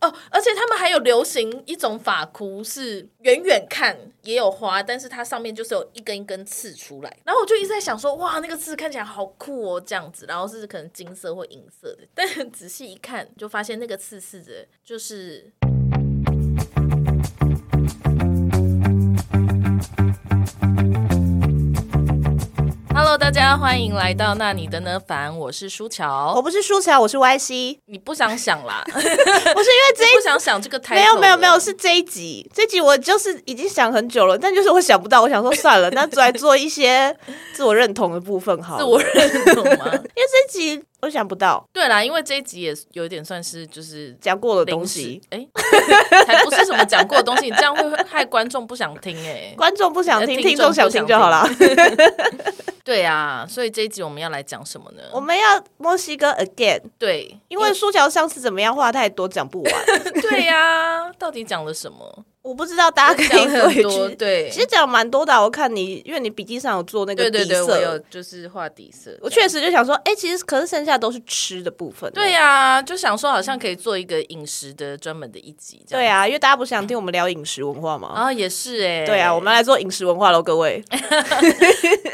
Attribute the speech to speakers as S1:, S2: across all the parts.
S1: 哦，而且他们还有流行一种发箍，是远远看也有花，但是它上面就是有一根一根刺出来。然后我就一直在想说，哇，那个刺看起来好酷哦，这样子。然后是可能金色或银色的， 但是仔细一看就发现那个刺刺的，就是Hello，大家欢迎来到那你的呢凡，我是舒
S2: 我
S1: 乔。
S2: 哦不是舒乔，我是 YC，
S1: 你不想想 啦，
S2: 不是因 为这
S1: 不
S2: 一
S1: 想想这个台
S2: 没有没有没有是这一集，这集我就是已经想很久了，但就是我想不到，我想说 算了，那来做一些自我认同的部分好了，
S1: 自我认同吗？
S2: 因为这一集我想不到
S1: 对啦，因为这一集也有点算是就是
S2: 讲过的
S1: 临
S2: 东
S1: 时
S2: 西，，
S1: 哎、 才不是什么讲过的东西，你这样会害观众不想听哎、
S2: 观众不想
S1: 呃
S2: 听，
S1: 听
S2: 听众
S1: 众
S2: 想
S1: 不想
S2: 听就好啦。
S1: 对啊，所以这一集我们要来讲什么呢？
S2: 我们要墨西哥 again，
S1: 对，
S2: 因为舒乔上次怎么样话太多讲不完，
S1: 对呀、到底讲了什么？
S2: 我不知道大家可
S1: 讲
S2: 以
S1: 很
S2: 回
S1: 多，
S2: 去。
S1: 对
S2: 其，实讲蛮多的啊，我看你，因为你笔记上有做那个
S1: 对
S2: 底
S1: 对对，
S2: 色，
S1: 我有就是画底色，
S2: 我确实就想说，哎、其实可是剩下都是吃的部分。
S1: 对呀、就想说好像可以做一个饮食的专门的一集这样，
S2: 对啊，因为大家不想听我们聊饮食文化嘛。
S1: 啊，也是哎、
S2: 哦对啊，我们来做饮食文化喽，各位。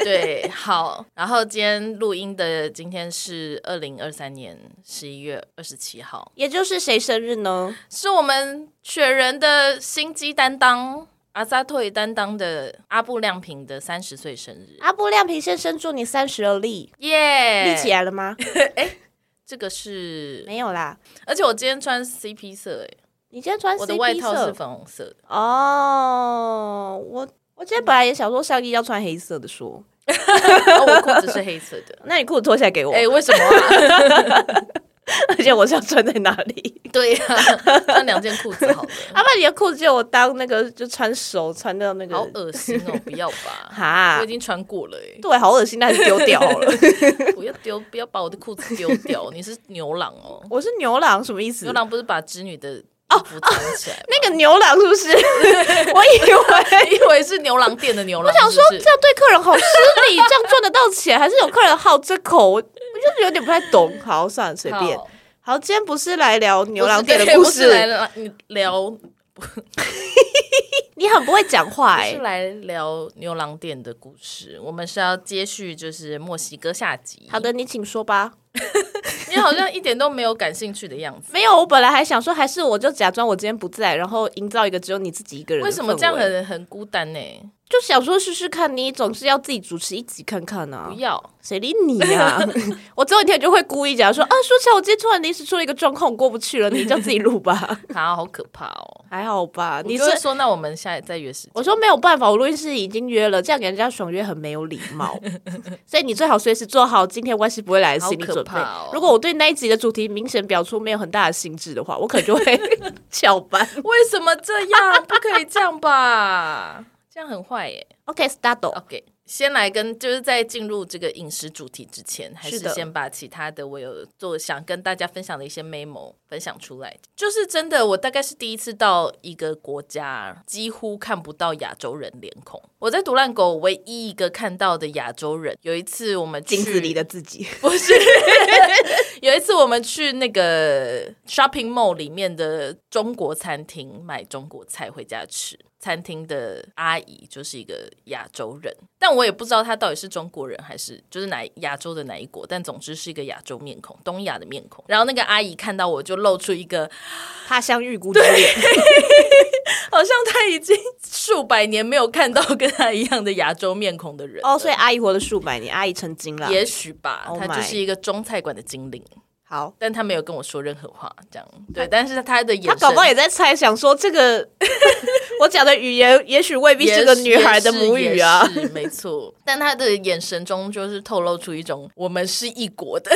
S1: 对，好。然后今天录音的今天是二零二三年十一月二十七号，
S2: 也就是谁生日呢？
S1: 是我们雪人的心机担当阿扎退担当的阿布亮平的三十岁生日，
S2: 阿布亮平先生，祝你三十而立，
S1: 耶！
S2: 立起，来了 吗？
S1: 这个是，
S2: 没有啦，
S1: 而且我今天穿 CP 色、欸，
S2: 你今天穿 CP
S1: 我的外套是
S2: 色
S1: 粉红色的，
S2: 哦。我我今天本来也想说上衣要穿黑色的说，。
S1: 然后我裤子是黑色的
S2: 那你裤子脱下来 给我，
S1: 哎、为什么、啊？
S2: 而且我是要穿在哪里？
S1: 对呀、啊，穿两件裤子好了，
S2: 阿爸，你的裤子就我当那个就穿手穿到那个
S1: 好恶心哦！不要 吧，
S2: 哈
S1: 我已经穿过了、欸，
S2: 对，好恶心，那还是丢掉 好了。
S1: 不要丢，不要把我的裤子丢掉。你是牛郎哦，
S2: 我是哦牛郎，什么意思
S1: 牛？郎不是把织女的衣服藏起来吗？
S2: 那个牛郎是不是？ 我以为。
S1: 你以为是牛郎店的牛郎？
S2: 我想说
S1: 是不是
S2: 这样对客人好失礼，这样赚得到钱，还是有客人好这口？我我就是有点不太懂。好，算了，随便。
S1: 好
S2: 好，今天不是来聊牛郎店的
S1: 对
S2: 故
S1: 不是来
S2: 事，
S1: 了，你聊不
S2: 你很不会讲话哎、
S1: 是来聊牛郎店的故事。我们是要接续就是墨西哥下集。
S2: 好，的，你请说吧。
S1: 你好像一点都没有感兴趣的样子。
S2: 没有，我本来还想说，还是我就假装我今天不在，然后营造一个只有你自己一个人的
S1: 为
S2: 氛围。
S1: 什么这样很很孤单呢、
S2: 就想说试试看，你总是要自己主持一集看看啊
S1: 不。要，
S2: 谁理你 呀、我总有一天就会故意讲说啊，说起来我今天突然临时出了一个状况，我过不去了，你就自己 录吧。
S1: 好好可怕哦！
S2: 还好吧？你
S1: 你
S2: 是
S1: 是说那我们下再约时间？
S2: 我说没有办法，我录音室已经约了，这样给人家爽约很没有礼 貌。所以你最好随时做好今天万事不会来的心理
S1: 好可
S2: 准
S1: 怕
S2: 备。
S1: 哦
S2: 如果我对那一集的主题明显表出没有很大的兴致的话，我可能就 会翘班。
S1: 为什么这样？不可以这样吧？这样很坏耶、
S2: OK，start、
S1: OK，先来跟就是在进入这个饮食主题之前，还是
S2: 是的
S1: 先把其他的我有做想跟大家分享的一些 memo 分享出来。就是真的，我大概是第一次到一个国家，几乎看不到亚洲人脸孔。我在独烂狗唯一一个看到的亚洲人，有一次我们去
S2: 镜子里的自己，
S1: 不是，有一次我们去那个 shopping mall 里面的中国餐厅买中国菜回家吃，餐厅的阿姨就是一个亚洲人，但我也不知道她到底是中国人还是就是哪亚洲的哪一国，但总之是一个亚洲面孔，东亚的面孔。然后那个阿姨看到我就露出一个
S2: 他乡遇 故知脸。
S1: 好像她已经数百年没有看到跟她一样的亚洲面孔的人
S2: 哦，所
S1: 以
S2: 以阿姨活了数百年，阿姨成精了。
S1: 也许吧，
S2: Oh
S1: 她
S2: my
S1: 就是一个中菜馆的精灵。
S2: 好，
S1: 但他没有跟我说任何话，这样对，但是他的眼
S2: 他
S1: 神，
S2: 搞不好也在猜想说，这个我讲的语言也许未必
S1: 也
S2: 是个女孩的母语啊。
S1: 也是也是没错。但他的眼神中就是透露出一种我们是一国 的，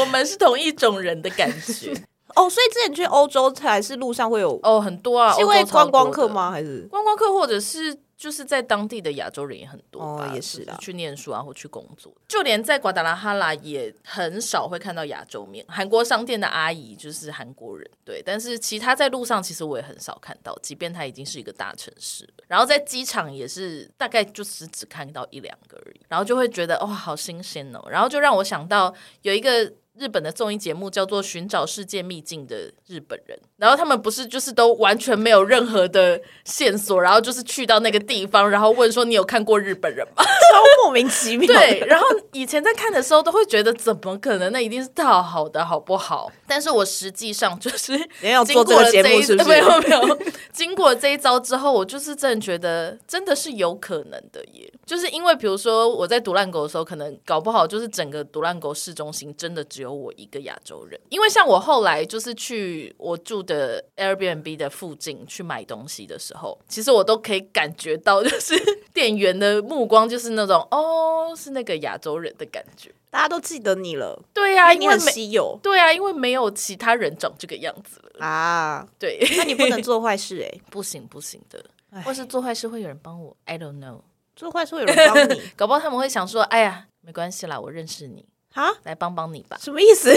S1: 我们是同一种人的感觉。
S2: 哦，所以之前去欧洲才是路上会 有，
S1: 哦，很多啊，
S2: 是因
S1: 欧
S2: 为
S1: 洲超
S2: 观
S1: 多
S2: 光客
S1: 的？
S2: 吗？还是
S1: 观光客或者是。就是在当地的亚洲人也很多吧，
S2: 哦也是
S1: 就
S2: 啦
S1: 去念书啊或去工作，就连在瓜达拉哈拉也很少会看到亚洲面。韩国商店的阿姨就是韩国人，对，但是其他在路上其实我也很少看到，即便它已经是一个大城市了。然后在机场也是大概就是只看到一两个而已，然后就会觉得哇好新鲜哦。然后就让我想到有一个日本的综艺节目叫做《寻找世界秘境的日本人》，然后他们不是就是都完全没有任何的线索，然后就是去到那个地方，然后问说你有看过日本人吗？
S2: 超莫名其妙。
S1: 对，， 然后以前在看的时候都会觉得怎么可能？那一定是套好的，好不好？但是我实际上就是
S2: 你要
S1: 经
S2: 做
S1: 过
S2: 这
S1: 了
S2: 个节
S1: 一
S2: 目是不
S1: 没
S2: 是？
S1: 有没有，经过这一招之后，我就是真的觉得真的是有可能的耶。就是因为比如说我在独烂狗的时候，可能搞不好就是整个独烂狗市中心真的只有我一个亚洲人。因为像我后来就是去我住的 Airbnb 的附近去买东西的时候，其实我都可以感觉到，就是 店员的目光就是那种哦，是那个亚洲人的感觉。
S2: 大家都记得你了，
S1: 对呀、啊，因
S2: 你
S1: 为
S2: 很
S1: 没
S2: 稀有
S1: 对啊，因为没有其他人长这个样子了。
S2: 啊。
S1: 对，
S2: 那你不能做坏事哎、
S1: 不行不行的
S2: 唉，
S1: 或是做坏事会有人帮我，I don't know，
S2: 做坏事会有人帮 你
S1: 搞不好他们会想说，哎呀，没关系啦，我认识你，
S2: 啊？
S1: 来帮帮你吧，
S2: 什么意思？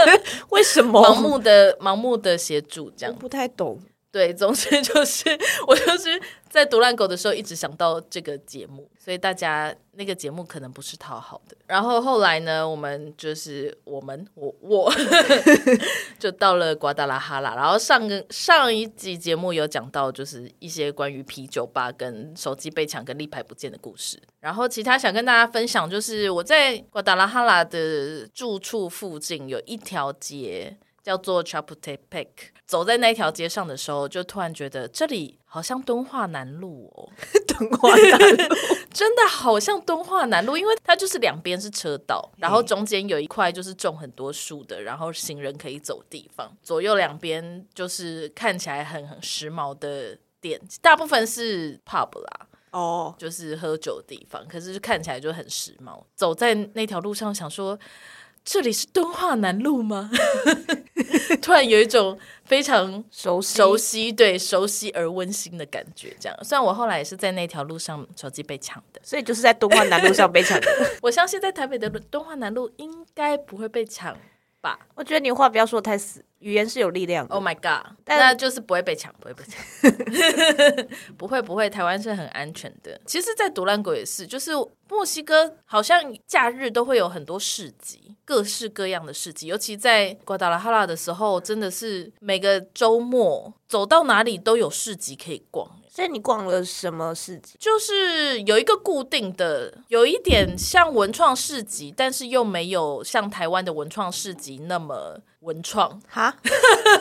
S2: 为什么？
S1: 盲目的盲目的协助这
S2: 我
S1: 样，
S2: 不太懂。
S1: 对，总之就是我就是在独烂狗的时候一直想到这个节目，所以大家那个节目可能不是讨好的。然后后来呢，我们就是我们我我就到了瓜达拉哈拉，然后上个上一集节目有讲到，就是一些关于啤酒吧跟手机被抢跟立牌不见的故事。然后其他想跟大家分享，就是我在瓜达拉哈拉的住处附近有一条街叫做 Chapultepec，走在那条街上的时候，就突然觉得这里好像敦化南路哦。
S2: 等会儿，
S1: 真的好像敦化南路，因为它就是两边是车道，然后中间有一块就是种很多树的，然后行人可以走地方，左右两边就是看起来很很时髦的店，大部分是 pub 啦，
S2: 哦，
S1: 就是喝酒的地方，可是就看起来就很时髦。走在那条路上，想说这里是敦化南路吗？ 突然有一种非常
S2: 熟悉
S1: 熟悉，对，熟悉而温馨的感觉。这样，虽然我后来也是在那条路上手机被抢的。
S2: 所以就是在东华南路上被抢的。
S1: 我相信在台北的敦化南路应该不会被抢吧
S2: 我觉得你话不要说得太死，语言是有力量的。
S1: ？Oh my god！
S2: 但
S1: 那就是不会被抢，不会被抢， 不会不会，台湾是很安全的。其实，在独兰国也是，就是墨西哥好像假日都会有很多市集，各式各样的市集，尤其在瓜达拉哈拉的时候，真的是每个周末走到哪里都有市集可以逛。
S2: 所以你逛了什么市集？
S1: 就是有一个固定的，有一点像文创市集，但是又没有像台湾的文创市集那么文创。
S2: 哈，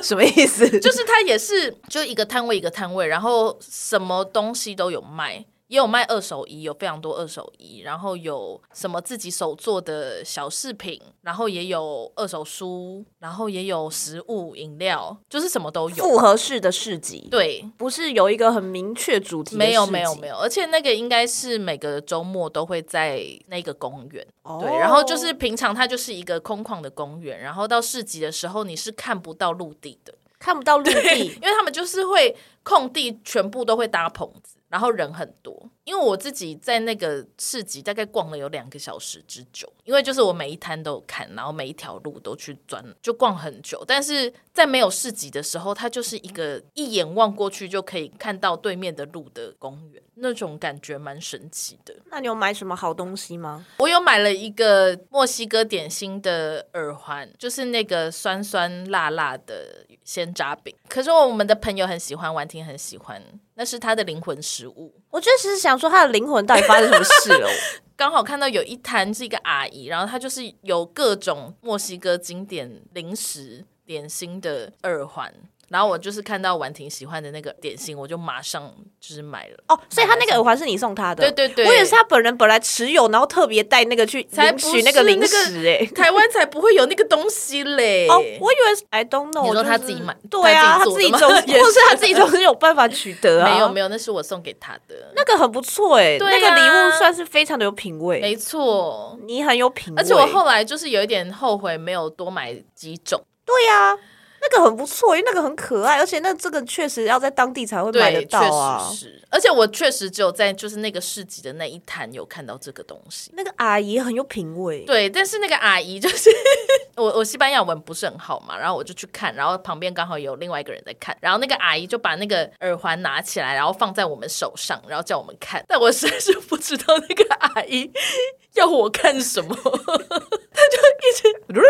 S2: 什么意思？
S1: 就是它也是就一个摊位一个摊位，然后什么东西都有卖。也有卖二手衣，有非常多二手衣，然后有什么自己手做的小饰品，然后也有二手书，然后也有食物、饮料，就是什么都有。
S2: 复合式的市集，
S1: 对，
S2: 不是有一个很明确主题的
S1: 没有
S2: 市
S1: 没有
S2: 集
S1: 没有，而且那个应该是每个周末都会在那个公园，
S2: 哦
S1: 对，然后就是平常它就是一个空旷的公园，然后到市集的时候你是看不到陆地的，
S2: 看不到陆地
S1: 因为他们就是会空地全部都会搭棚子，然后人很多。因为我自己在那个市集大概逛了有两个小时之久，因为就是我每一摊都有看，然后每一条路都去钻，就逛很久。但是在没有市集的时候，它就是一个一眼望过去就可以看到对面的路的公园，那种感觉蛮神奇的。
S2: 那你有买什么好东西吗？
S1: 我有买了一个墨西哥点心的耳环，就是那个酸酸辣辣的鲜炸饼。可是我们的朋友很喜欢，婉婷很喜欢，那是她的灵魂食物。
S2: 我确实想说他的灵魂到底发生什么事了。
S1: 刚好看到有一摊是一个阿姨，然后她就是有各种墨西哥经典零食点心的耳环。然后我就是看到婉婷喜欢的那个点心，我就马上就是买了。
S2: 哦， 所以他那个耳环是你送他的？
S1: 对对对，
S2: 我以为是他本人本来持有，然后特别带那个去
S1: 才
S2: 领
S1: 不
S2: 取
S1: 是
S2: 那个零食
S1: 那
S2: 哎、
S1: 台湾才不会有那个东西嘞。
S2: 哦，我以为是 I don't know，
S1: 你说
S2: 就是
S1: 他自己买
S2: 对啊，
S1: 他
S2: 他
S1: 自
S2: 自
S1: 己
S2: 己
S1: 做
S2: 总
S1: 的吗 也是
S2: 或是他自己总是有办法取 得啊。
S1: 没有 没
S2: 有，
S1: 有，那是我送给她的。
S2: 那个很不错哎、
S1: 对啊
S2: 那个礼物算是非常的有品味，
S1: 没错，
S2: 你很有品味。
S1: 而且我后来就是有一点后悔没有多买几种，
S2: 对啊，那个很不错，因为那个很可爱，而且那这个确实要在当地才会买得
S1: 对，
S2: 到啊
S1: 确实。是，而且我确实只有在就是那个市集的那一摊有看到这个东西。
S2: 那个阿姨很有品味，
S1: 对，但是那个阿姨就是 我我西班牙文不是很好嘛，然后我就去看，然后旁边刚好有另外一个人在看，然后那个阿姨就把那个耳环拿起来，然后放在我们手上，然后叫我们看，但我实在是不知道那个阿姨 要我看什么，然后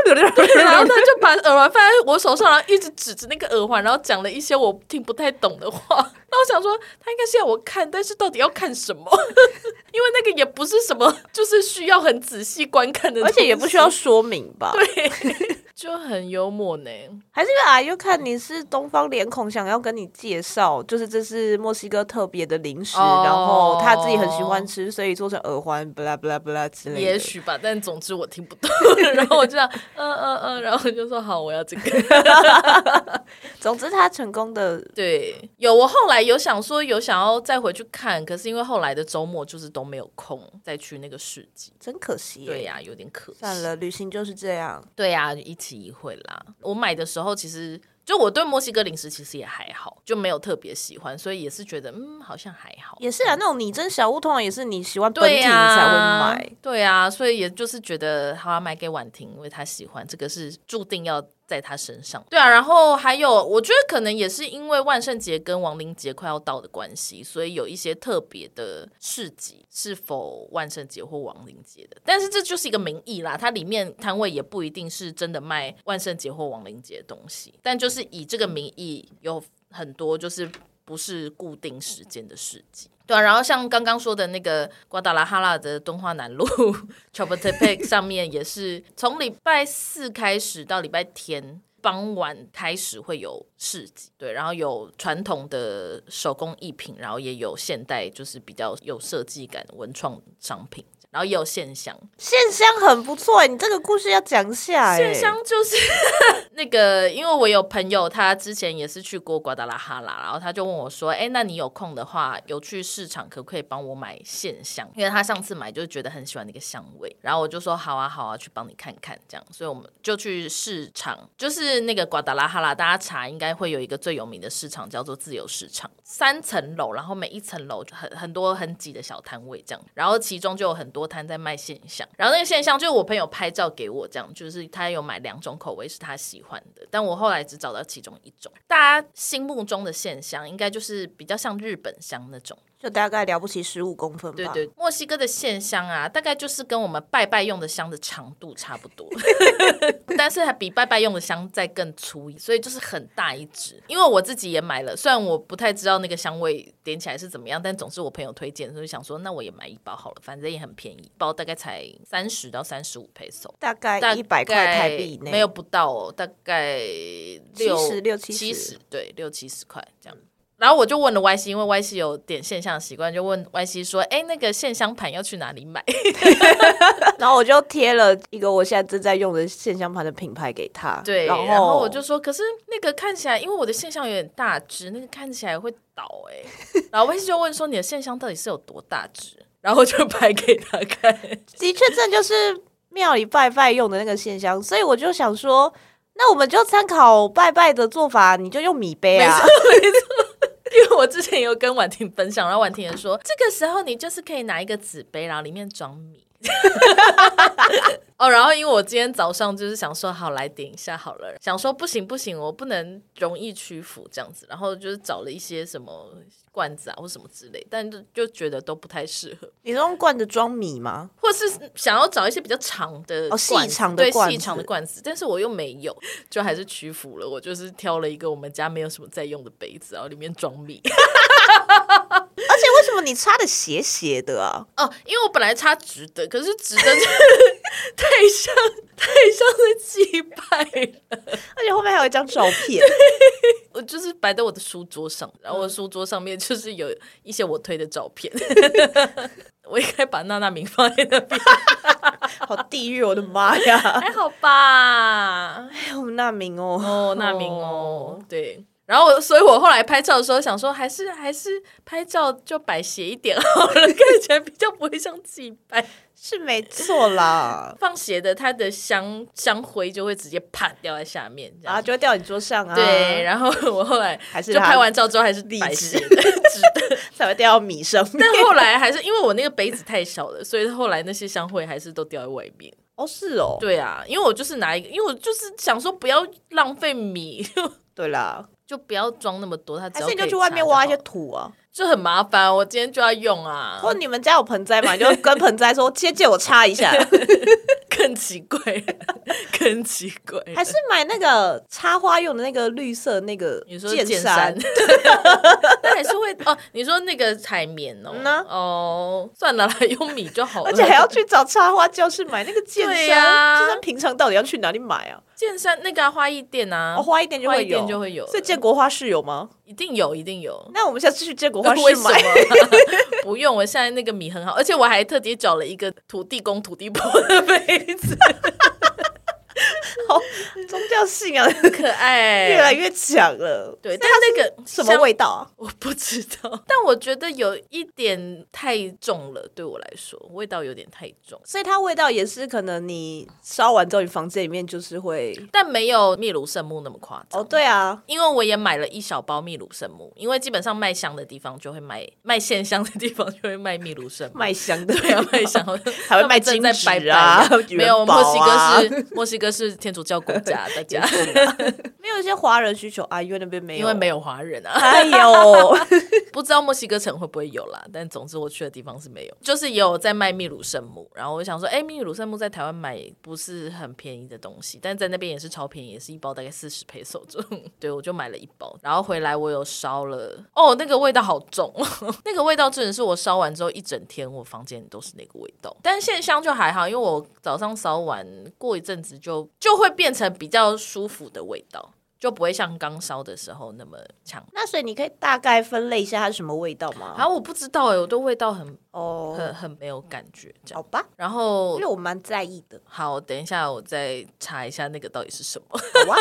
S1: 她就把耳环放在我手上，然后一直指着那个耳环，然后讲了一些我听不太懂的话。 那我想说，她应该是要我看，但是到底要看什么？ 因为那个也不是什么，就是需要很仔细观看的东
S2: 而
S1: 西，
S2: 且也不需要说明吧？对，
S1: 就很幽默呢。
S2: 还是因为阿姨看你是东方脸孔，想要跟你介绍，就是这是墨西哥特别的零食，
S1: 哦
S2: 然后他自己很喜欢吃，所以做成耳环，不啦不啦不啦之类的。
S1: 也许吧，但总之我听不懂。 然后我就这样，嗯嗯嗯，然后我就说好，我要这个。
S2: 总之他成功的
S1: 对，有我后来有想说有想要再回去看，可是因为后来的周末就是都没有空再去那个市集。
S2: 真可惜耶。
S1: 对呀、有点可惜。
S2: 算了，旅行就是这样。
S1: 对呀、一期一会啦。我买的时候其实。就我对墨西哥零食其实也还好，就没有特别喜欢，所以也是觉得嗯，好像还好。
S2: 也是啊，那种拟真小物通常也是你喜欢本
S1: 对
S2: 体你
S1: 呀、
S2: 才会买。
S1: 对啊，所以也就是觉得好啊，买给婉婷，因为她喜欢，这个是注定要在她身上。对啊，然后还有，我觉得可能也是因为万圣节跟亡灵节快要到的关系，所以有一些特别的市集是否万圣节或亡灵节的，但是这就是一个名义啦，它里面摊位也不一定是真的卖万圣节或亡灵节的东西，但就是以这个名义有很多就是不是固定时间的市集。对啊，然后像刚刚说的那个瓜达拉哈拉的敦化南路 Chapultepec 上面也是从礼拜四开始到礼拜天傍晚开始会有市集，对，然后有传统的手工艺品，然后也有现代就是比较有设计感的文创商品，然后也有现象，
S2: 线香很不错耶，你这个故事要讲一下哎。
S1: 线香就是 那个，因为我有朋友，他之前也是去过瓜达拉哈拉，然后他就问我说：“哎、那你有空的话，有去市场可不可以帮我买线香？因为他上次买就觉得很喜欢那个香味。”然后我就说：“好啊，好啊，去帮你看看。”这样，所以我们就去市场，就是那个瓜达拉哈拉，大家查应该会有一个最有名的市场叫做自由市场，三层楼，然后每一层楼就很很多很挤的小摊位这样，然后其中就有很多摊在卖线香，然后那个线香就是我朋友拍照给我这样，就是他有买两种口味是他喜欢的，但我后来只找到其中一种。大家心目中的线香应该就是比较像日本香那种，
S2: 就大概了不起十五公分吧。
S1: 对对，墨西哥的线香啊，大概就是跟我们拜拜用的香的长度差不多，但是还比拜拜用的香再更粗，所以就是很大一支。因为我自己也买了，虽然我不太知道那个香味点起来是怎么样，但总之我朋友推荐，所以想说那我也买一包好了，反正也很便宜，一包大概才三十到三十五 peso。
S2: 大概
S1: 大
S2: 一百块
S1: 概
S2: 台币以内。
S1: 没有不到哦，大概六
S2: 六七
S1: 七
S2: 十
S1: 十，对，六七十块这样。然后我就问了 Y C，因为 Y C 有点线香的习惯，就问 Y C 说：“哎，那个线香盘要去哪里买
S2: 然后我就贴了一个我现在正在用的线香盘的品牌给他。？”
S1: 对，
S2: 然
S1: 然后我就说：“可是那个看起来，因为我的线香有点大只，那个看起来会倒哎、 然后 Y C 就问说：“你的线香到底是有多大只？”然后我就拍给他看，
S2: 的确这就是庙里拜拜用的那个线香，所以我就想说，那我们就参考拜拜的做法，你就用米杯啊。
S1: 因为我之前有跟婉婷分享，然后婉婷也说，这个时候你就是可以拿一个纸杯，然后里面装米。 哦，然后因为我今天早上就是想说，好来点一下好了，想说不行不行，我不能容易屈服这样子，然后就是找了一些什么罐子啊或什么之类，但就就觉得都不太适合，
S2: 你是用罐子装米吗？
S1: 或是想要找一些比较长的
S2: 哦细
S1: 罐子
S2: 长的罐
S1: 对细
S2: 子
S1: 长的罐子，但是我又没有，就还是屈服了，我就是挑了一个我们家没有什么在用的杯子，然后里面装米。
S2: 而且为什么你擦的斜斜的啊？
S1: 哦，因为我本来插直的，可是 直的就太像太像是祭拜了，
S2: 而且后面还有一张照 片，
S1: 我就是摆在我的书桌上，然后我的书桌上面就是有一些我推的照片， 我应该把娜娜明放在那边，
S2: 好地狱！我的妈呀！
S1: 还好吧？
S2: 哎呦，那明哦，
S1: 哦，娜明哦，对。然后我，所以我后来拍照的时候想说，还是还是拍照就摆斜一点好了， 看起来比较不会像祭拜。
S2: 是没错啦，
S1: 放斜的，它的香香灰就会直接啪掉在下面，这样
S2: 啊，就会掉你桌上啊，
S1: 对，，然后我后来
S2: 还是
S1: 就
S2: 它
S1: 拍完照之后还是立
S2: 直
S1: 直的，直的。
S2: 才会掉到米上面。
S1: 但后来还是因为我那个杯子太小了，所以后来那些香灰还是都掉在外面。
S2: 哦，是哦，
S1: 对啊，因为我就是拿一个，因为我就是想说不要浪费米，
S2: 对啦，
S1: 就不要装那么多。它只
S2: 还
S1: 要
S2: 是你就
S1: 可以
S2: 去外
S1: 插
S2: 面挖一
S1: 好
S2: 些土啊，
S1: 就很麻烦，我今天就要用啊，
S2: 或者你们家有盆栽嘛，你就跟盆栽说 借借我插一下，
S1: 更奇怪，更奇怪。
S2: 还是买那个插花用的那个绿色那个
S1: 你说
S2: 剑
S1: 剑
S2: 山
S1: 山，但还是会哦。你说那个海绵哦
S2: 嗯呐，
S1: 哦，算了啦，用米就好了。
S2: 而且还要去找插花教室买那个剑
S1: 对啊
S2: 山，
S1: 呀
S2: 剑山平常到底要去哪里买啊？
S1: 剑山那个啊花艺店啊，
S2: 哦，花一店就
S1: 花
S2: 会
S1: 艺
S2: 有，
S1: 店就会有了，
S2: 所以建国花市有吗？
S1: 一定有，一定有。
S2: 那我们下次去建国花
S1: 为
S2: 市
S1: 什么
S2: 买。
S1: 啊？不用，我现在那个米很好，而且我还特地找了一个土地公、土地婆的杯 子，
S2: 宗教信仰
S1: 可爱。
S2: 越来越强了。
S1: 对，
S2: 那
S1: 但
S2: 它
S1: 那个
S2: 什么
S1: 香
S2: 味道啊？
S1: 我不知道， 但我觉得有一点太重了，对我来说味道有点太重，
S2: 所以它味道也是可能你烧完之后，你房间里面就是会
S1: 但没有秘鲁圣木那么夸张。
S2: 哦，对啊，
S1: 因为我也买了一小包秘鲁圣木，因为基本上卖香的地方就会卖，卖线香的地方就会卖秘鲁圣木。
S2: 卖香的
S1: 对啊，卖香
S2: 还呃会卖
S1: 他
S2: 金
S1: 们正
S2: 纸
S1: 在拜拜
S2: 啊
S1: 啊，没
S2: 元
S1: 有
S2: 宝
S1: 墨西
S2: 啊
S1: 哥是墨西哥是天主教国 家，大家
S2: 没有一些华人需求啊，因为那边没有，
S1: 因为没有华人啊，
S2: 哎呦，
S1: 不知道墨西哥城会不会有啦，但总之我去的地方是没有，就是也有在卖秘鲁圣木，然后我想说，哎、秘鲁圣木在台湾买不是很便宜的东西，但在那边也是超便宜，也是一包大概四十配手这种， 对我就买了一包，然后回来我有烧了，哦，那个味道好重，哦 那个味道真的是我烧完之后一整天我房间里都是那个味道，但线香就还好，因为我早上烧完过一阵子就就会变成比较舒服的味道。就不会像刚烧的时候那么强
S2: 那所以你可以大概分类一下它是什么味道吗？
S1: 啊，我不知道哎、我对味道很
S2: 哦，
S1: 很很没有感觉这
S2: 好
S1: 样。
S2: 吧，
S1: 然
S2: 因
S1: 后
S2: 为我蛮在意的，
S1: 好，等一下我再查一下那个到底是什么。
S2: 好吧，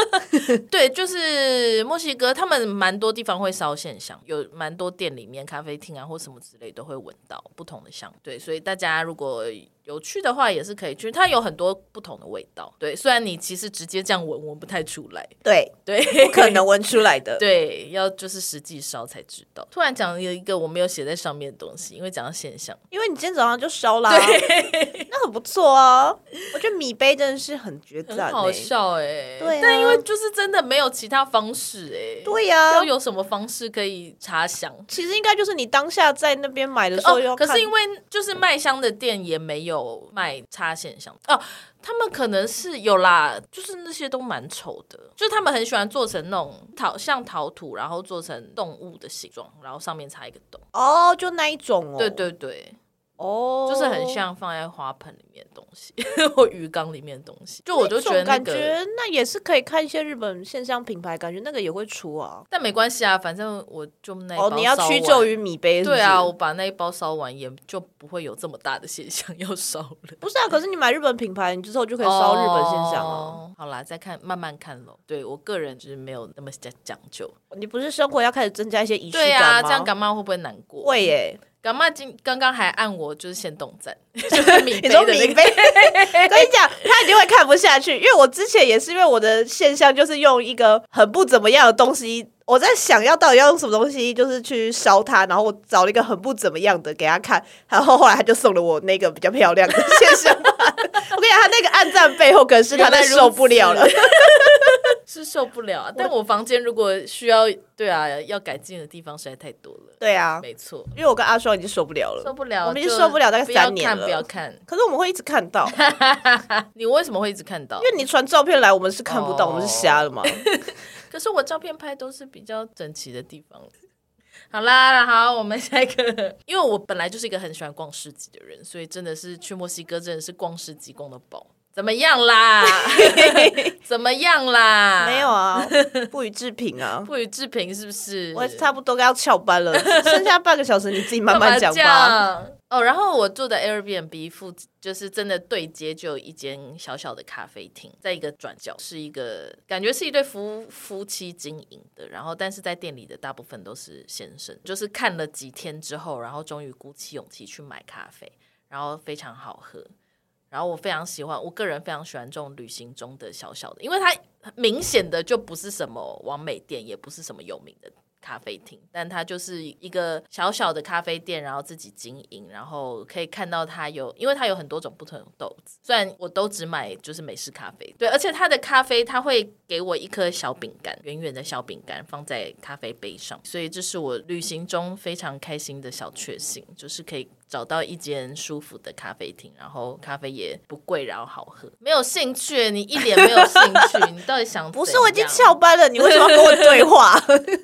S1: 对，就是墨西哥，他们蛮多地方会烧线香，有蛮多店里面、咖啡厅啊或什么之类都会闻到不同的香。对，所以大家如果有去的话，也是可以去，它有很多不同的味道。对，虽然你其实直接这样闻闻不太出来，
S2: 对，
S1: 对，
S2: 不可能闻出来 的。
S1: 对，要就是实际烧才知道。突然讲有一个我没有写在上面的东西，因为讲到线香。
S2: 因为你今天早上就烧啦， 那很不错啊。我觉得米杯真的是很绝赞、欸，
S1: 很好笑哎、
S2: 对啊
S1: 但因为就是真的没有其他方式哎、
S2: 对啊呀、
S1: 要有什么方式可以插香？
S2: 其实应该就是你当下在那边买的时候要
S1: 哦，可
S2: 看，
S1: 是因为就是卖香的店也没有卖插线香哦，他们可能是有啦，就是那些都蛮丑的，就是他们很喜欢做成那种陶像陶土，然后做成动物的形状，然后上面插一个洞。
S2: 哦，就那一种哦，
S1: 对，对对，
S2: 哦，
S1: 就是很像放在花盆里面的东西 或鱼缸里面的东西，就我就觉得
S2: 那
S1: 那
S2: 种感
S1: 个。
S2: 觉那也是可以看一些日本线上品牌，感觉那个也会出啊。
S1: 但没关系啊，反正我就那一
S2: 哦，
S1: 包
S2: 你要
S1: 烧
S2: 屈
S1: 完
S2: 就于米杯是不是
S1: 对啊，我把那一包烧完，也就不会有这么大的现象 要烧 了。
S2: 不是啊，可是你买日本品牌，你之后就可以烧日本线上啊。
S1: 哦好啦，再看慢慢看咯。对我个人就是没有那么讲讲究。
S2: 你不是生活要开始增加一些仪式
S1: 对
S2: 感吗？
S1: 啊，这样干妈会不会难过？
S2: 会耶、
S1: 干妈今刚刚还按我就是先动 赞，就是米
S2: 你
S1: 杯
S2: 说
S1: 的
S2: 米
S1: 那
S2: 杯，
S1: 个。
S2: 跟你讲，他一定会看不下去，因为我之前也是因为我的现象就是用一个很不怎么样的东西，我在想要到底要用什么东西，就是去烧它，然后我找了一个很不怎么样的给他看，然后后来他就送了我那个比较漂亮的现象 版。我跟你讲，他那个暗赞背后可能是他在受不了了
S1: 原来。是受不了啊！但我房间如果需要，对啊，要改进的地方实在太多了。
S2: 对啊，
S1: 没错，
S2: 因为我跟阿双已经受不了
S1: 受
S2: 了，
S1: 不了，
S2: 我们已
S1: 就
S2: 经受不了大概
S1: 要
S2: 三年
S1: 看
S2: 了
S1: 不要看，
S2: 可是我们会一直看到，
S1: 你为什么会一直看到
S2: 因？为你传照片来，我们是看不到，
S1: 哦
S2: 我们是瞎的嘛。
S1: 可是我照片拍都是比较整齐的地方。好啦，好，我们下一个，因为我本来就是一个很喜欢逛市集的人，所以真的是去墨西哥真的是逛市集逛到爆。怎么样 啦？怎么样啦？
S2: 没有， 啊，不予置评啊。
S1: 不予置评是不是？
S2: 我差不多该要翘班了，剩下半个小时你自己慢慢讲
S1: 干
S2: 吧。
S1: 嘛这样。哦，然后我住的 Airbnb 附就是真的对街就有一间小小的咖啡厅，在一个转角是一个感觉是一对夫夫妻经营的，然后但是在店里的大部分都是先生，就是看了几天之后，然后终于鼓起勇气去买咖啡，然后非常好喝。然后我非常喜欢，我个人非常喜欢这种旅行中的小小的，因为它明显的就不是什么完美店，也不是什么有名的咖啡厅，但它就是一个小小的咖啡店，然后自己经营，然后可以看到它有，因为它有很多种不同的豆子。虽然我都只买就是美式咖啡，对，而且它的咖啡它会给我一颗小饼干，圆圆的小饼干放在咖啡杯上，所以这是我旅行中非常开心的小确幸，就是可以找到一间舒服的咖啡厅，然后咖啡也不贵，然后好喝。没有兴趣，你一脸没有兴趣，你到底想
S2: 不是，
S1: 怎
S2: 我已经
S1: 样
S2: 翘班了，你为什么要跟我对话？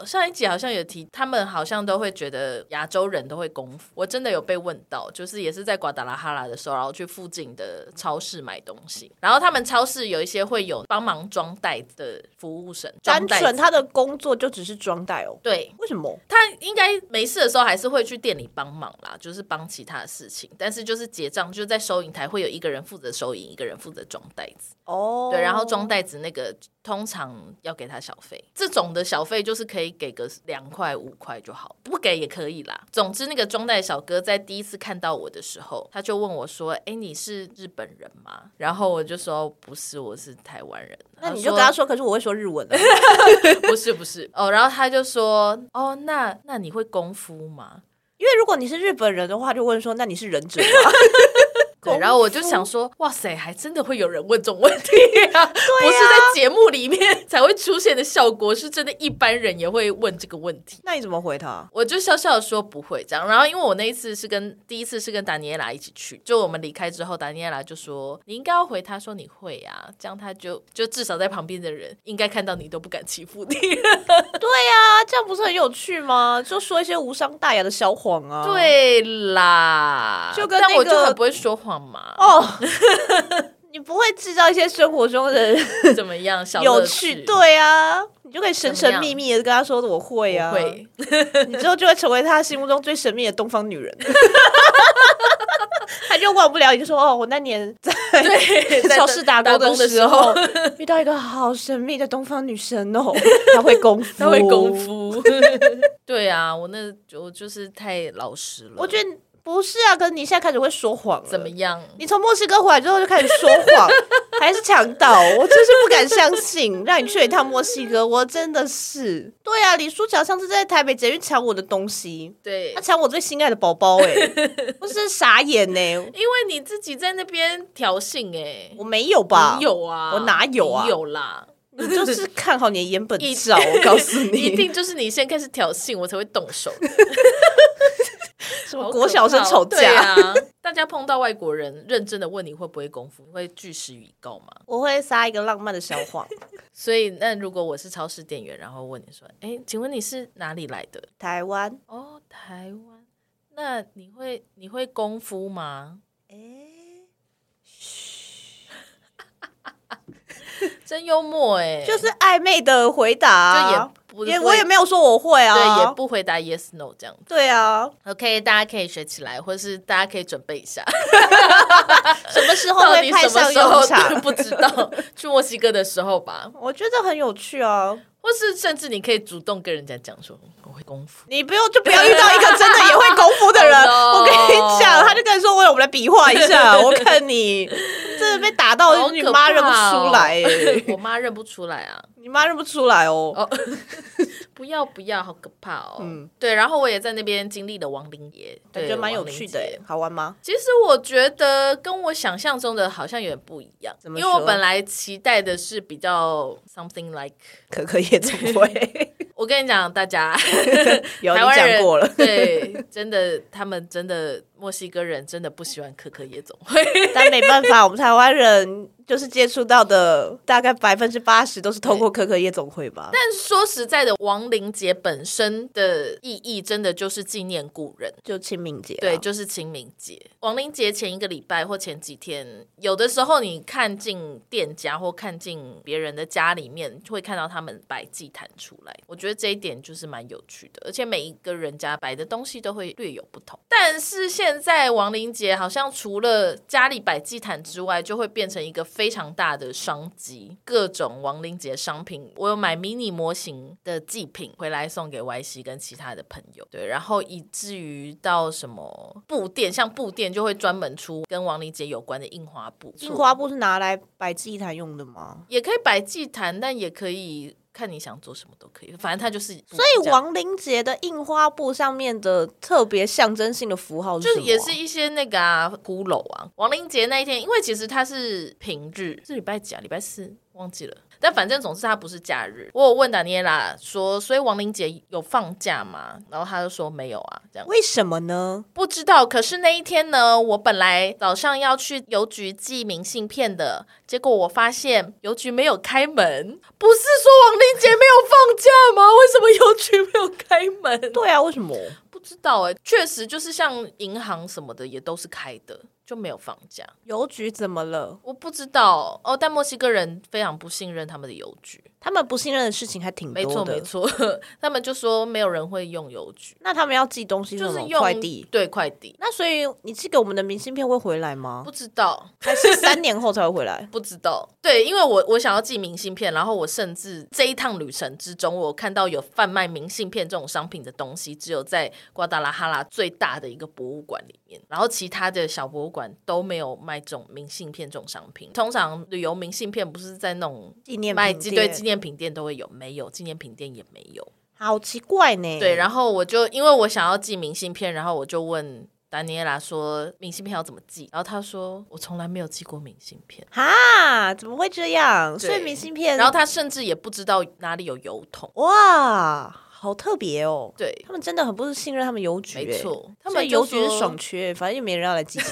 S1: 上一集好像有提，他们好像都会觉得亚洲人都会功夫。我真的有被问到，就是也是在瓜达拉哈拉的时候，然后去附近的超市买东西，然后他们超市有一些会有帮忙装袋子的服务生，装
S2: 单
S1: 袋
S2: 纯
S1: 子
S2: 他的工作就只是装袋哦，
S1: 对。
S2: 为什么？
S1: 他应该没事的时候还是会去店里帮忙啦，就是帮其他的事情，但是就是结账，就是在收银台会有一个人负责收银，一个人负责装袋子。
S2: 哦，
S1: 对，然后装袋子那个通常要给他小费，这种的小费就是可以给个两块五块就好，不给也可以啦。总之，那个装袋小哥在第一次看到我的时候，他就问我说：“哎，你是日本人吗？”然后我就说：“不是，我是台湾人。”
S2: 那你就跟他说，可是我会说日文的，：“啊
S1: 不是，不是。”哦，然后他就说：“哦，那那你会功夫吗？”
S2: 因为如果你是日本人的话，就问说那你是忍者吗？
S1: 对，
S2: 功
S1: 然后我就想说，哇塞，还真的会有人问这种问题 啊！不是在节目里面 才会出现的效果，是真的一般人也会问这个问题。
S2: 那你怎么回他？
S1: 我就笑笑的说不会这样。然后因为我那一次是跟第一次是跟达尼耶拉一起去，就我们离开之后，达尼耶拉就说你应该要回他说你会啊，这样他就就至少在旁边的人应该看到你都不敢欺负你。
S2: 啊，这样不是很有趣吗？就说一些无伤大雅的小谎 啊。。
S1: 对啦，
S2: 就跟
S1: 但我
S2: 那个
S1: 就很不会说谎嘛，
S2: 哦， 你不会制造一些生活中的
S1: 怎么样？小乐
S2: 有
S1: 趣
S2: 趣，。对啊，你就可以神
S1: 怎么
S2: 神
S1: 样
S2: 秘秘的跟他说我会啊，
S1: 会，
S2: 你之后就会成为他心目中最神秘的东方女人。 他就忘不了，你就说哦，我那年在
S1: 对，在
S2: 超市打
S1: 打
S2: 工
S1: 工
S2: 的
S1: 的
S2: 时
S1: 时候
S2: 候，遇到一个好神秘的东方女神哦，她会功夫，
S1: 他会功。夫。
S2: 嗯
S1: 对啊，我那我就是太老实了。
S2: 我觉得不是啊，可是你现在开始会说谎了
S1: 怎么？样？
S2: 你从墨西哥回来之后就开始说谎，还是强盗？我真是不敢相信，让你去一趟墨西哥，我真的是。对啊，李书乔上次在台北捷运抢我的东西，
S1: 对
S2: 他，抢我最心爱的宝宝、哎，我是傻眼欸呢、
S1: 因为你自己在那边挑衅哎、
S2: 我没有吧？
S1: 你有啊，
S2: 我哪有啊
S1: 你有啦，
S2: 你就是看好你的眼本
S1: 一
S2: 照，我告诉你，
S1: 一 定就是你先开始挑衅，我才会动 手。
S2: 什
S1: 好
S2: 么
S1: 可
S2: 国小生
S1: 怕哦
S2: 吵架，
S1: 对啊， 大家碰到外国人，认真的问你会不会功夫，你会据实以告吗？
S2: 我会撒一个浪漫的小谎，
S1: 所以，那如果我是超市店员，然后问你说：“哎，请问你是哪里来的
S2: 台湾？”，
S1: 哦，台湾。那你会你会功夫吗？
S2: 哎、
S1: 真幽默哎、
S2: 就是暧昧的回答、啊
S1: 就也不
S2: 也
S1: 会
S2: 我也没有说我会啊，
S1: 对，也不回答 yes no 这样子。
S2: 对啊，
S1: OK，大家可以学起来，或是大家可以准备一下。
S2: 什么时候
S1: 到
S2: 会
S1: 底
S2: 派
S1: 什
S2: 上
S1: 么时候
S2: 用 场？
S1: 不知道，去墨西哥的时候吧，
S2: 我觉得很有趣 啊，
S1: 或是甚至你可以主动跟人家讲说我会功夫。
S2: 你不用就不要遇到一个真的也会功夫 的人。
S1: Oh no
S2: 我跟你讲，他就跟你说：“我有我们来比划一 下。”我看你真的被打
S1: 好
S2: 到，
S1: 可
S2: 哦你妈认不
S1: 怕哦
S2: 出来、欸，
S1: 我妈认不出来啊！
S2: 你妈认不出来哦。
S1: 哦，不要不要，好可怕哦。
S2: 嗯
S1: 对，然后我也在那边经历了亡灵爷，
S2: 感
S1: 对，
S2: 觉蛮有
S1: 亡灵
S2: 趣的
S1: 节
S2: 欸，好玩吗？
S1: 其实我觉得跟我想象中的好像有点不一样，
S2: 怎
S1: 因
S2: 么
S1: 为我
S2: 说
S1: 本来期待的是比较 something like。
S2: 可可夜总 会
S1: 我跟你讲，大家
S2: 有 啊你
S1: 台湾人，
S2: 讲过了
S1: 对，真的，他们真的墨西哥人真的不喜欢可可夜总会，
S2: 但没办法，我们台湾人就是接触到的大概百分之八十都是透过可可夜总会吧。
S1: 但说实在的，亡灵节本身的意义真的就是纪念故人，
S2: 就清明节啊、
S1: 对，就是清明节。亡灵节前一个礼拜或前几天，有的时候你看进店家或看进别人的家里面，会看到他们摆祭坛出来。我觉得这一点就是蛮有趣的，而且每一个人家摆的东西都会略有不同。但是现现在亡灵节好像除了家里摆祭坛之外，就会变成一个非常大的商机，各种亡灵节商品。我有买迷你模型的祭品回来送给 Y C 跟其他的朋友，对，然后以至于到什么布店，像布店就会专门出跟亡灵节有关的印花布，
S2: 印花布是拿来摆祭坛用的吗？
S1: 也可以摆祭坛，但也可以看你想做什么都可以，反正它就是布这
S2: 所
S1: 样。
S2: 以亡灵节的印花布上面的特别象征性的符号
S1: 就是
S2: 什么
S1: 也是一些那个啊，骷髅啊，亡灵节那一天，因为其实它是平日，是礼拜几啊？礼拜四忘记了。但反正总之它不是假日。我有问达尼耶拉说，所以亡灵节有放假吗？然后他就说没有啊，这样
S2: 为什么呢？
S1: 不知道。可是那一天呢，我本来早上要去邮局寄明信片的，结果我发现邮局没有开门。不是说亡灵节没有放假吗？为什么邮局没有开门？
S2: 对啊，为什么？
S1: 不知道哎、确实就是像银行什么的也都是开的，就没有放假。
S2: 邮局怎么了？
S1: 我不知道哦，但墨西哥人非常不信任他们的邮局，
S2: 他们不信任的事情还挺
S1: 没
S2: 多
S1: 错
S2: 的。
S1: 没错， 他们就说没有人会用邮局，
S2: 那他们要寄东西
S1: 就
S2: 那
S1: 是
S2: 种
S1: 用
S2: 快递。
S1: 对快递，
S2: 那所以你寄给我们的明信片会回来吗？
S1: 不知道。？
S2: 还是三年后才会回 来
S1: 不知道，对，因为我我想要寄明信片，然后我甚至这一趟旅程之中，我看到有贩卖明信片这种商品的东西，只有在瓜达拉哈拉最大的一个博物馆里面，然后其他的小博物馆都没有卖这种明信片这种商品。通常旅游明信片不是在那种
S2: 纪念
S1: 卖
S2: 品
S1: 纪对
S2: 店
S1: 纪念品店都会有，没有纪念品店也没有。
S2: 好奇怪呢。
S1: 对，
S2: 后
S1: 然后我就因为我想要寄明信片，然后我就问达尼耶拉说明信片要怎么寄，然后他说我从来没有寄过明信片。
S2: 哈，怎么会这样？
S1: 对
S2: 所以明信片，
S1: 然后他甚至也不知道哪里有油桶。
S2: 哇，好特别哦。
S1: 对，
S2: 他们真的很不信任他们邮局、欸，
S1: 没错，他
S2: 他
S1: 们
S2: 们
S1: 就
S2: 邮局是
S1: 说
S2: 爽。缺，反正也没人要来 寄钱，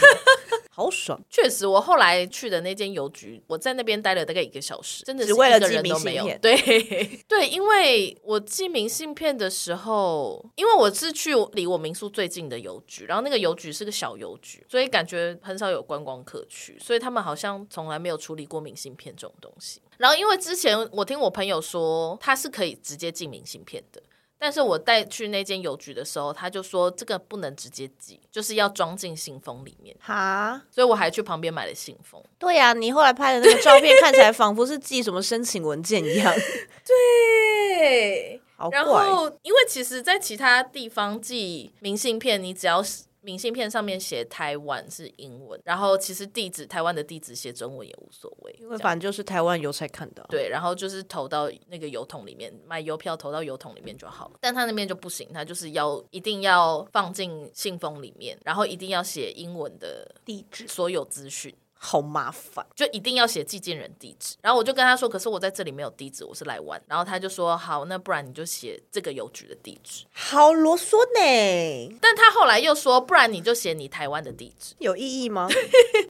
S2: 好爽，
S1: 确实，我后来去的那间邮局，我在那边待了大概一个小时，真的是
S2: 只为了
S1: 一个人
S2: 寄
S1: 都
S2: 明信
S1: 没有。
S2: 片
S1: 对 对，因为我寄明信片的时候，因为我是去离我民宿最近的邮局，然后那个邮局是个小邮局，所以感觉很少有观光客去，所以他们好像从来没有处理过明信片这种东西。然后因为之前我听我朋友说，他是可以直接寄明信片的。但是我带去那间邮局的时候，他就说这个不能直接寄，就是要装进信封里面。
S2: 哈。
S1: 所以我还去旁边买了信封。
S2: 对呀、你后来拍的那个照片看起来仿佛是寄什么申请文 件一样，
S1: 对，
S2: 好怪
S1: 然。后因为其实，在其他地方寄明信片，你只要是明信片上面写台湾是英文，然后其实地址台湾的地址写中文也无所谓，
S2: 因为
S1: 这样
S2: 反正就是台湾邮差看到，
S1: 对，然后就是投到那个邮筒里面，买邮票投到邮筒里面就好了。但他那边就不行，他就是要一定要放进信封里面，然后一定要写英文的
S2: 地址
S1: 所有资讯。
S2: 好麻烦。
S1: 就一定要写寄件人地址。然后我就跟他说，可是我在这里没有地址，我是来玩。然后他就说，好，那不然你就写这个邮局的地址。
S2: 好啰嗦呢，
S1: 但他后来又说，不然你就写你台湾的地址。
S2: 有意义 吗？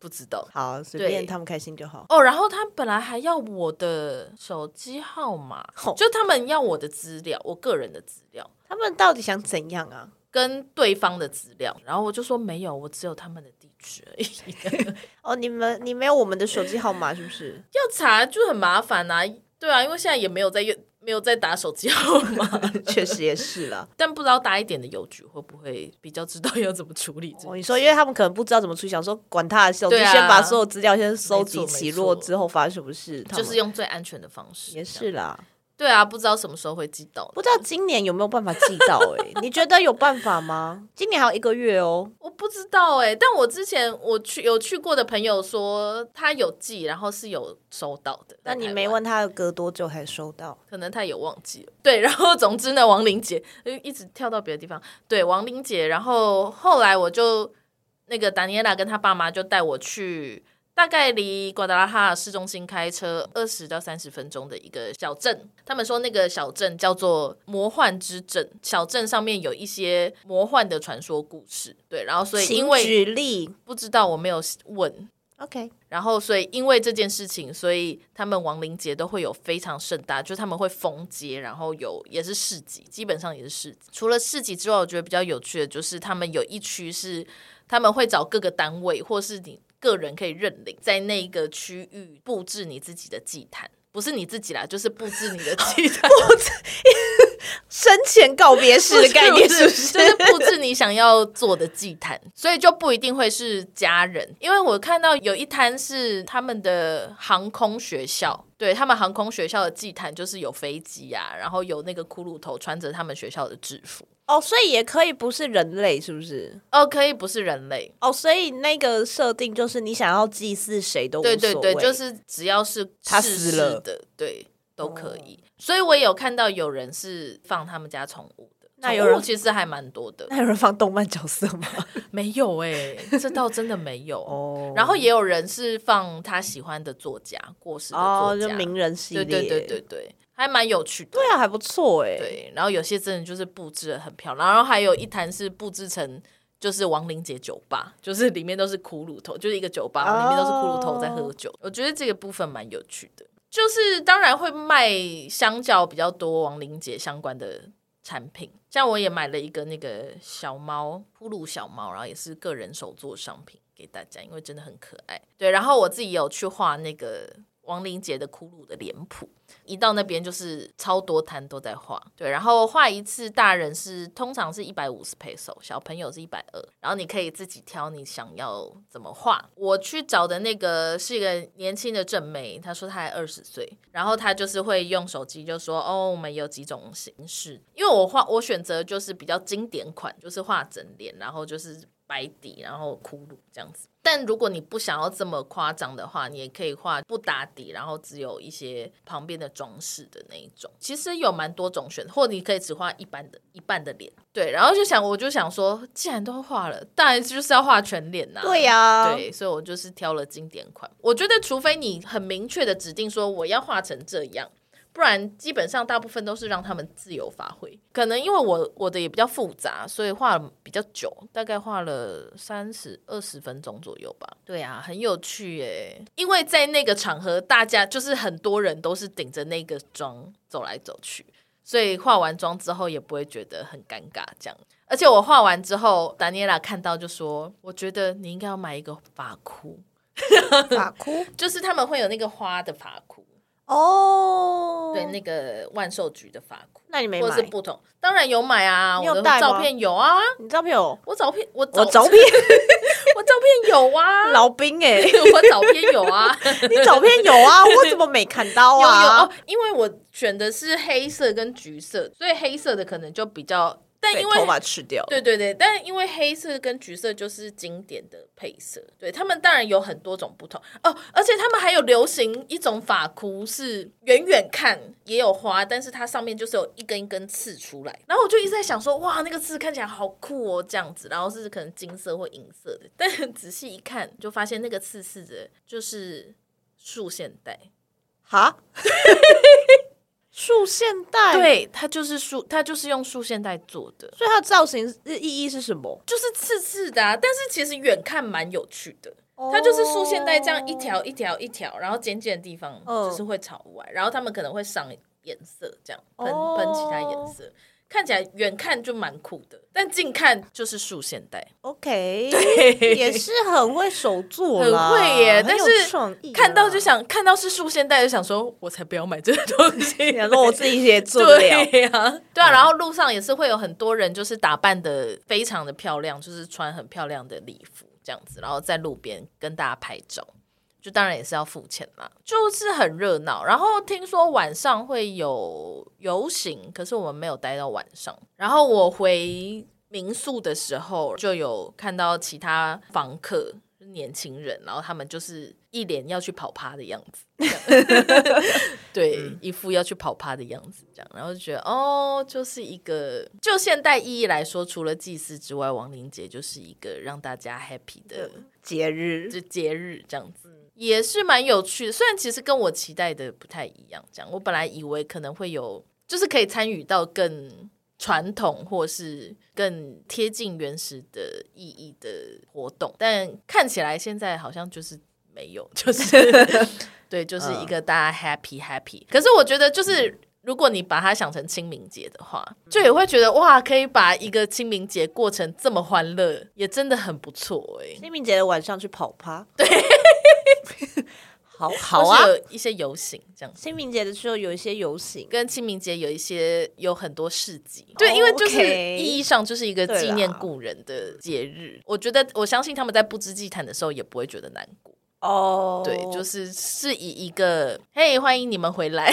S1: 不知道
S2: 好，随
S1: 对
S2: 便他们开心就好。
S1: 哦。然后他本来还要我的手机号码
S2: 哦，
S1: 就他们要我的资料，我个人的资料。
S2: 他们到底想怎样啊？
S1: 跟对方的资料，然后我就说没有，我只有他们的地址而已。
S2: 哦，你们你没有我们的手机号码是不 是？
S1: 要查就很麻烦啊，对啊，因为现在也没有在用没有在打手机号码，
S2: 确实也是 啦。
S1: 但不知道大一点的邮局会不会比较知道要怎么处理这
S2: 哦，
S1: 个。
S2: 你说，因为他们可能不知道怎么处理，想说管他的事，我就
S1: 对啊
S2: 先把所有资料先收
S1: 没
S2: 集
S1: 错
S2: 起
S1: 没错
S2: 落，之后发生什么事，他
S1: 就
S2: 们
S1: 是用最安全的方式。
S2: 也
S1: 这样
S2: 是啦。
S1: 对啊，不知道什么时候会寄到。
S2: 不知道今年有没有办法寄到、欸？哎，你觉得有办法吗？今年还有一个月哦。
S1: 我不知道哎、但我之前我去有去过的朋友说他有寄，然后是有收到的。
S2: 那你
S1: 在台湾
S2: 没问，他隔多久才收到？
S1: 可能他也忘记了。对， 然后总之呢，亡灵节呃一直跳到别的地方。对，亡灵节，然后后来我就那个达尼埃拉跟他爸妈就带我去。大概离瓜达拉哈市中心开车二十到三十分钟的一个小镇，他们说那个小镇叫做魔幻之镇，小镇上面有一些魔幻的传说故事，对，然后所以因
S2: 请
S1: 为
S2: 举例
S1: 不知道我没有问，
S2: ，OK，
S1: 然后，所以因为这件事情，所以他们亡灵节都会有非常盛大，就是他们会封街，然后有也是市集，基本上也是市集。除了市集之外，我觉得比较有趣的就是他们有一区是他们会找各个单位或是你个人可以认领，在那个区域布置你自己的祭坛，不是你自己啦，就是布置你的祭坛。
S2: 生前前告别式的概念，是
S1: 就
S2: 不？
S1: 是是布置你想要做的祭坛，所以就不一定会是家人，因为我看到有一摊是他们的航空学校。对他们航空学校的祭坛就是有飞机啊，然后有那个骷髅头穿着他们学校的制服，
S2: 哦，所以也可以不是人类，是不是？
S1: 哦，可以不是人类，
S2: 哦，所以那个设定就是你想要祭祀谁都无所
S1: 对
S2: 谓，
S1: 对对，就是只要是
S2: 他
S1: 逝
S2: 死
S1: 世
S2: 了哦
S1: 的，对都可以。所以我也有看到有人是放他们家宠物的，
S2: 那
S1: 宠
S2: 有
S1: 物
S2: 人
S1: 其实还蛮多 的，
S2: 那有人放动漫角色 吗？
S1: 没有哎、
S2: 欸
S1: 这倒真的没 有。
S2: 哦
S1: 然后也有人是放他喜欢的作家，过世的作
S2: 哦，
S1: 家，
S2: 就名人系列，
S1: 对对对对对，还蛮有趣的。
S2: 对啊，还不错哎、
S1: 对然后有些真的就是布置的很漂亮，然后还有一坛是布置成就是亡灵节酒吧，就是里面都是骷髅头，就是一个酒吧，
S2: 哦
S1: 里面都是骷髅头在喝酒。我觉得这个部分蛮有趣的，就是当然会卖相较比较多亡灵节相关的产品，像我也买了一个那个小猫呼噜小猫，然后也是个人手做商品给大家，因为真的很可爱。对，然后我自己有去画那个亡灵节的骷髅的脸谱，一到那边就是超多摊都在画，对，然后画一次大人是通常是一百五十 peso，小朋友是一百二，然后你可以自己挑你想要怎么画。我去找的那个是一个年轻的正妹，她说她才二十岁，然后她就是会用手机就说哦，我们有几种形式，因为我画我选择就是比较经典款，就是画整脸，然后就是白底，然后骷髅这样子。但如果你不想要这么夸张的话，你也可以画不打底，然后只有一些旁边的装饰的那一种。其实有蛮多种选，或你可以只画一般的一半的脸。对，然后就想，我就想说，既然都画了，当然就是要画全脸呐、
S2: 对呀、
S1: 对，所以我就是挑了经典款。我觉得，除非你很明确的指定说我要画成这样，不然基本上大部分都是让他们自由发挥。可能因为我我的也比较复杂，所以画了比较久，大概画了三十二十分钟左右吧。对啊，很有趣耶！因为在那个场合，大家就是很多人都是顶着那个妆走来走去，所以化完妆之后也不会觉得很尴尬这样。而且我画完之后，达尼拉看到就说：“我觉得你应该要买一个发箍，
S2: 法哭
S1: 就是他们会有那个花的发箍，
S2: 哦，
S1: 对，那个万寿菊的发箍，
S2: 那你没
S1: 或
S2: 买
S1: 者是？不同。当然有买啊，
S2: 你有
S1: 我的
S2: 带吗
S1: 照片有啊，
S2: 你照片有？
S1: 我照片我照
S2: 我照片
S1: 我照片有啊，
S2: 老兵哎、
S1: 我照片有啊，
S2: 你照片有啊？我怎么没看到
S1: 有有哦
S2: 啊？，
S1: 因为我选的是黑色跟橘色，所以黑色的可能就比较，但因
S2: 被
S1: 为
S2: 头发吃掉了，
S1: 对对对，但因为黑色跟橘色就是经典的配色，对他们当然有很多种不同哦，而且他们还有流行一种发箍，是远远看也有花，但是它上面就是有一根一根刺出来。然后我就一直在想说，哇，那个刺看起来好酷哦，这样子，然后是可能金色或银色的，但仔细一看就发现那个刺刺的就是束线带，
S2: 哈，束线带，，
S1: 对，它就是束，它就是用束线带做的。
S2: 所以它的造型是意义是什么？
S1: 就是刺刺的、啊，但是其实远看蛮有趣的。它就是束线带这样一条一条一条，然后尖尖的地方
S2: 嗯
S1: 就是会朝外，然后他们可能会上颜色，这样喷
S2: 哦
S1: 喷其他颜色，看起来远看就蛮酷的，但近看就是束线带，
S2: ，OK，也是很会手做
S1: 很
S2: 啦，
S1: 会耶，
S2: 很
S1: 但
S2: 有
S1: 是
S2: 创意啊，
S1: 看到就想看到是束线带就想说，我才不要买这个东 西，
S2: 想说我哦自己也做得
S1: 对
S2: 了，
S1: 呀、对啊，然后路上也是会有很多人，就是打扮的非常的漂亮，就是穿很漂亮的礼服这样子，然后在路边跟大家拍照，就当然也是要付钱啦，就是很热闹。然后听说晚上会有游行，可是我们没有待到晚上。然后我回民宿的时候，就有看到其他房客。就是年轻人，然后他们就是一脸要去跑趴的样子，对，一副要去跑趴的样子，这样，然后就觉得哦，就是一个就现代意义来说，除了祭祀之外，亡灵节就是一个让大家 happy 的
S2: 节日
S1: 这节日，这样子也是蛮有趣的。虽然其实跟我期待的不太一样，这样，我本来以为可能会有，就是可以参与到更传统或是更贴近原始的意义的活动，但看起来现在好像就是没有，就是对，就是一个大家 happy happy。可是我觉得就是。如果你把它想成清明节的话，就也会觉得哇，可以把一个清明节过成这么欢乐，也真的很不错哎、
S2: 清明节的晚上去跑趴，对， 好好啊
S1: 或。是有一些游行这样子。
S2: 清明节的时候有一些游行，
S1: 跟清明节有一些有很多市集，哦对，因为就是
S2: OK
S1: 意义上就是一个
S2: 对啦
S1: 纪念故人的节日。我觉得我相信他们在不知祭坛的时候也不会觉得难过，
S2: 哦
S1: 对，就是是以一个嘿欢迎你们回 来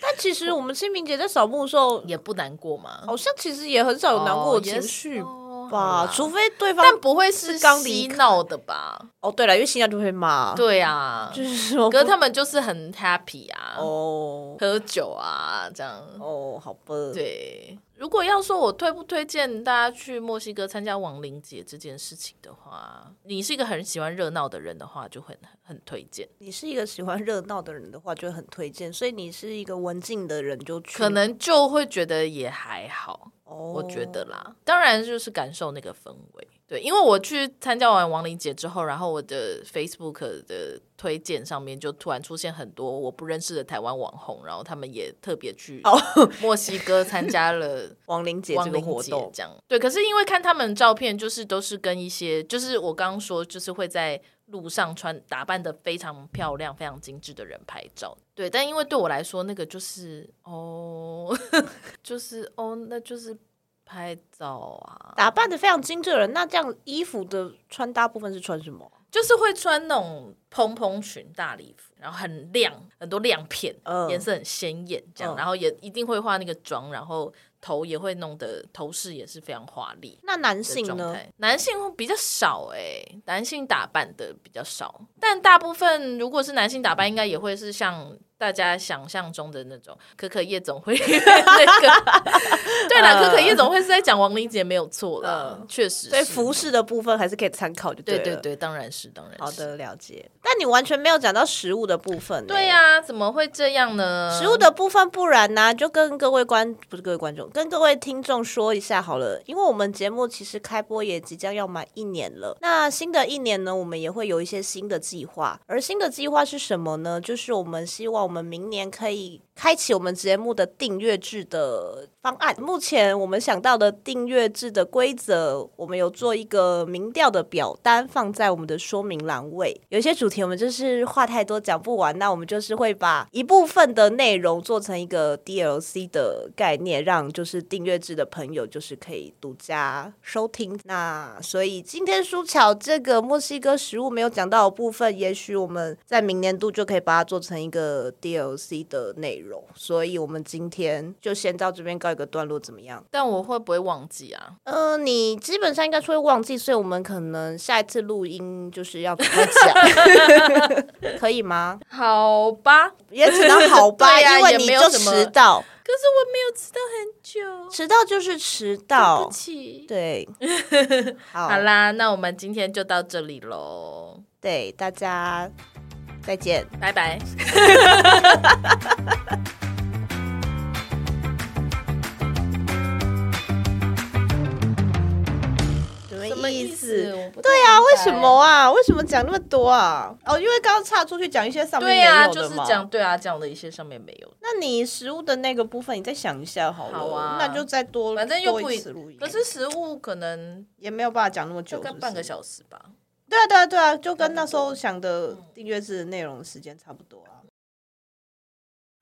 S2: 但其实我们清明节在扫墓的时候，
S1: 也不难过嘛，哦
S2: 好像其实也很少有难过的情绪吧，
S1: 吧
S2: 除非对方。
S1: 哦但不会是
S2: 是刚离
S1: 嬉
S2: 开
S1: 闹的吧？
S2: 哦，对了，因为新娘就会骂，，
S1: 对啊，
S2: 就是说
S1: 可是他们就是很 happy 啊，
S2: 哦
S1: 喝酒啊这样，
S2: 哦，好吧，，
S1: 对，如果要说我推不推荐大家去墨西哥参加亡灵节这件事情的话，你是一个很喜欢热闹的人的话，就会很很推荐。
S2: 你是一个喜欢热闹的人的话，就会很推荐。所以你是一个文静的人，就去
S1: 可能就会觉得也还好，
S2: 哦，
S1: 我觉得啦。当然就是感受那个氛围。对，因为我去参加完亡灵节之后，然后我的 Facebook 的推荐上面就突然出现很多我不认识的台湾网红，然后他们也特别去
S2: 哦，
S1: 墨西哥参加了
S2: 亡灵节
S1: 亡
S2: 这个
S1: 灵
S2: 活
S1: 节
S2: 动，
S1: 这样。对，可是因为看他们照片，就是都是跟一些，就是我刚刚说，就是会在路上穿打扮的非常漂亮、非常精致的人拍照。对，但因为对我来说，那个就是哦， 就是哦，那就是拍照啊，
S2: 打扮的非常精致的人，那这样衣服的穿搭部分是穿什么？
S1: 就是会穿那种蓬蓬裙、大礼服，然后很亮，很多亮片，
S2: 嗯
S1: 颜色很鲜艳，这样，
S2: 嗯
S1: 然后也一定会化那个妆，然后头也会弄得头饰也是非常华丽。
S2: 那男性
S1: 的状
S2: 呢？
S1: 态，男性比较少哎、男性打扮的比较少，但大部分如果是男性打扮，应该也会是像大家想象中的那种可可夜总会 那个。对啦，
S2: 嗯
S1: 可可夜总会是在讲亡灵节没有错啦
S2: 嗯，
S1: 确、实。
S2: 所以服，饰的部分还是可以参考，就
S1: 对
S2: 对
S1: 对
S2: 了。
S1: 对，当然是，当然是。
S2: 好，的，了解。但你完全没有讲到食物的部分、欸
S1: 对、呀、怎么会这样呢？
S2: 食物的部分，不然呢、就跟各位观不是各位观众，跟各位听众说一下好了，因为我们节目其实开播也即将要满一年了。那新的一年呢，我们也会有一些新的计划，而新的计划是什么呢？就是我们希望我们明年可以开启我们节目的订阅制的方案。目前我们想到的订阅制的规则，我们有做一个民调的表单放在我们的说明栏位。有一些主题我们就是话太多讲不完，那我们就是会把一部分的内容做成一个 DLC 的概念，让就是订阅制的朋友就是可以独家收听。那所以今天舒巧这个墨西哥食物没有讲到的部分，也许我们在明年度就可以把它做成一个 DLC 的内容。所以我们今天就先到这边告一个段落，怎么样？
S1: 但我会不会忘记啊？
S2: 呃，你基本上应该是会忘记，所以我们可能下一次录音就是要怎么讲， 可以吗？啊
S1: 好吧，
S2: 也只能好 吧，
S1: 对呀
S2: 因为
S1: 也
S2: 你
S1: 没有
S2: 就
S1: 什么
S2: 迟到，
S1: 可是我没有迟到很久，
S2: 迟到就是迟
S1: 对
S2: 到
S1: 不，起。
S2: 对， 好，
S1: 好啦，那我们今天就到这里喽，
S2: 对，大家再见。
S1: 拜拜。
S2: 什
S1: 什么意思？我不太
S2: 对啊，
S1: 明白
S2: 为什么啊？为什么讲那么多啊？哦，因为刚刚岔出去讲一些上面
S1: 对
S2: 没有
S1: 呀、
S2: 的嘛。
S1: 就是讲对啊，讲的一些上面没有的。
S2: 那你食物的那个部分，你再想一下好了。
S1: 好啊
S2: 那就再多，
S1: 反正又
S2: 多
S1: 不
S2: 一
S1: 一
S2: 次录音。
S1: 可是食物可能
S2: 也没有办法讲那么久，
S1: 大概
S2: 是不是
S1: 半个小时吧。
S2: 对啊，对啊，对啊，就跟那时候想的
S1: 嗯
S2: 订阅制的内容时间差不多啊。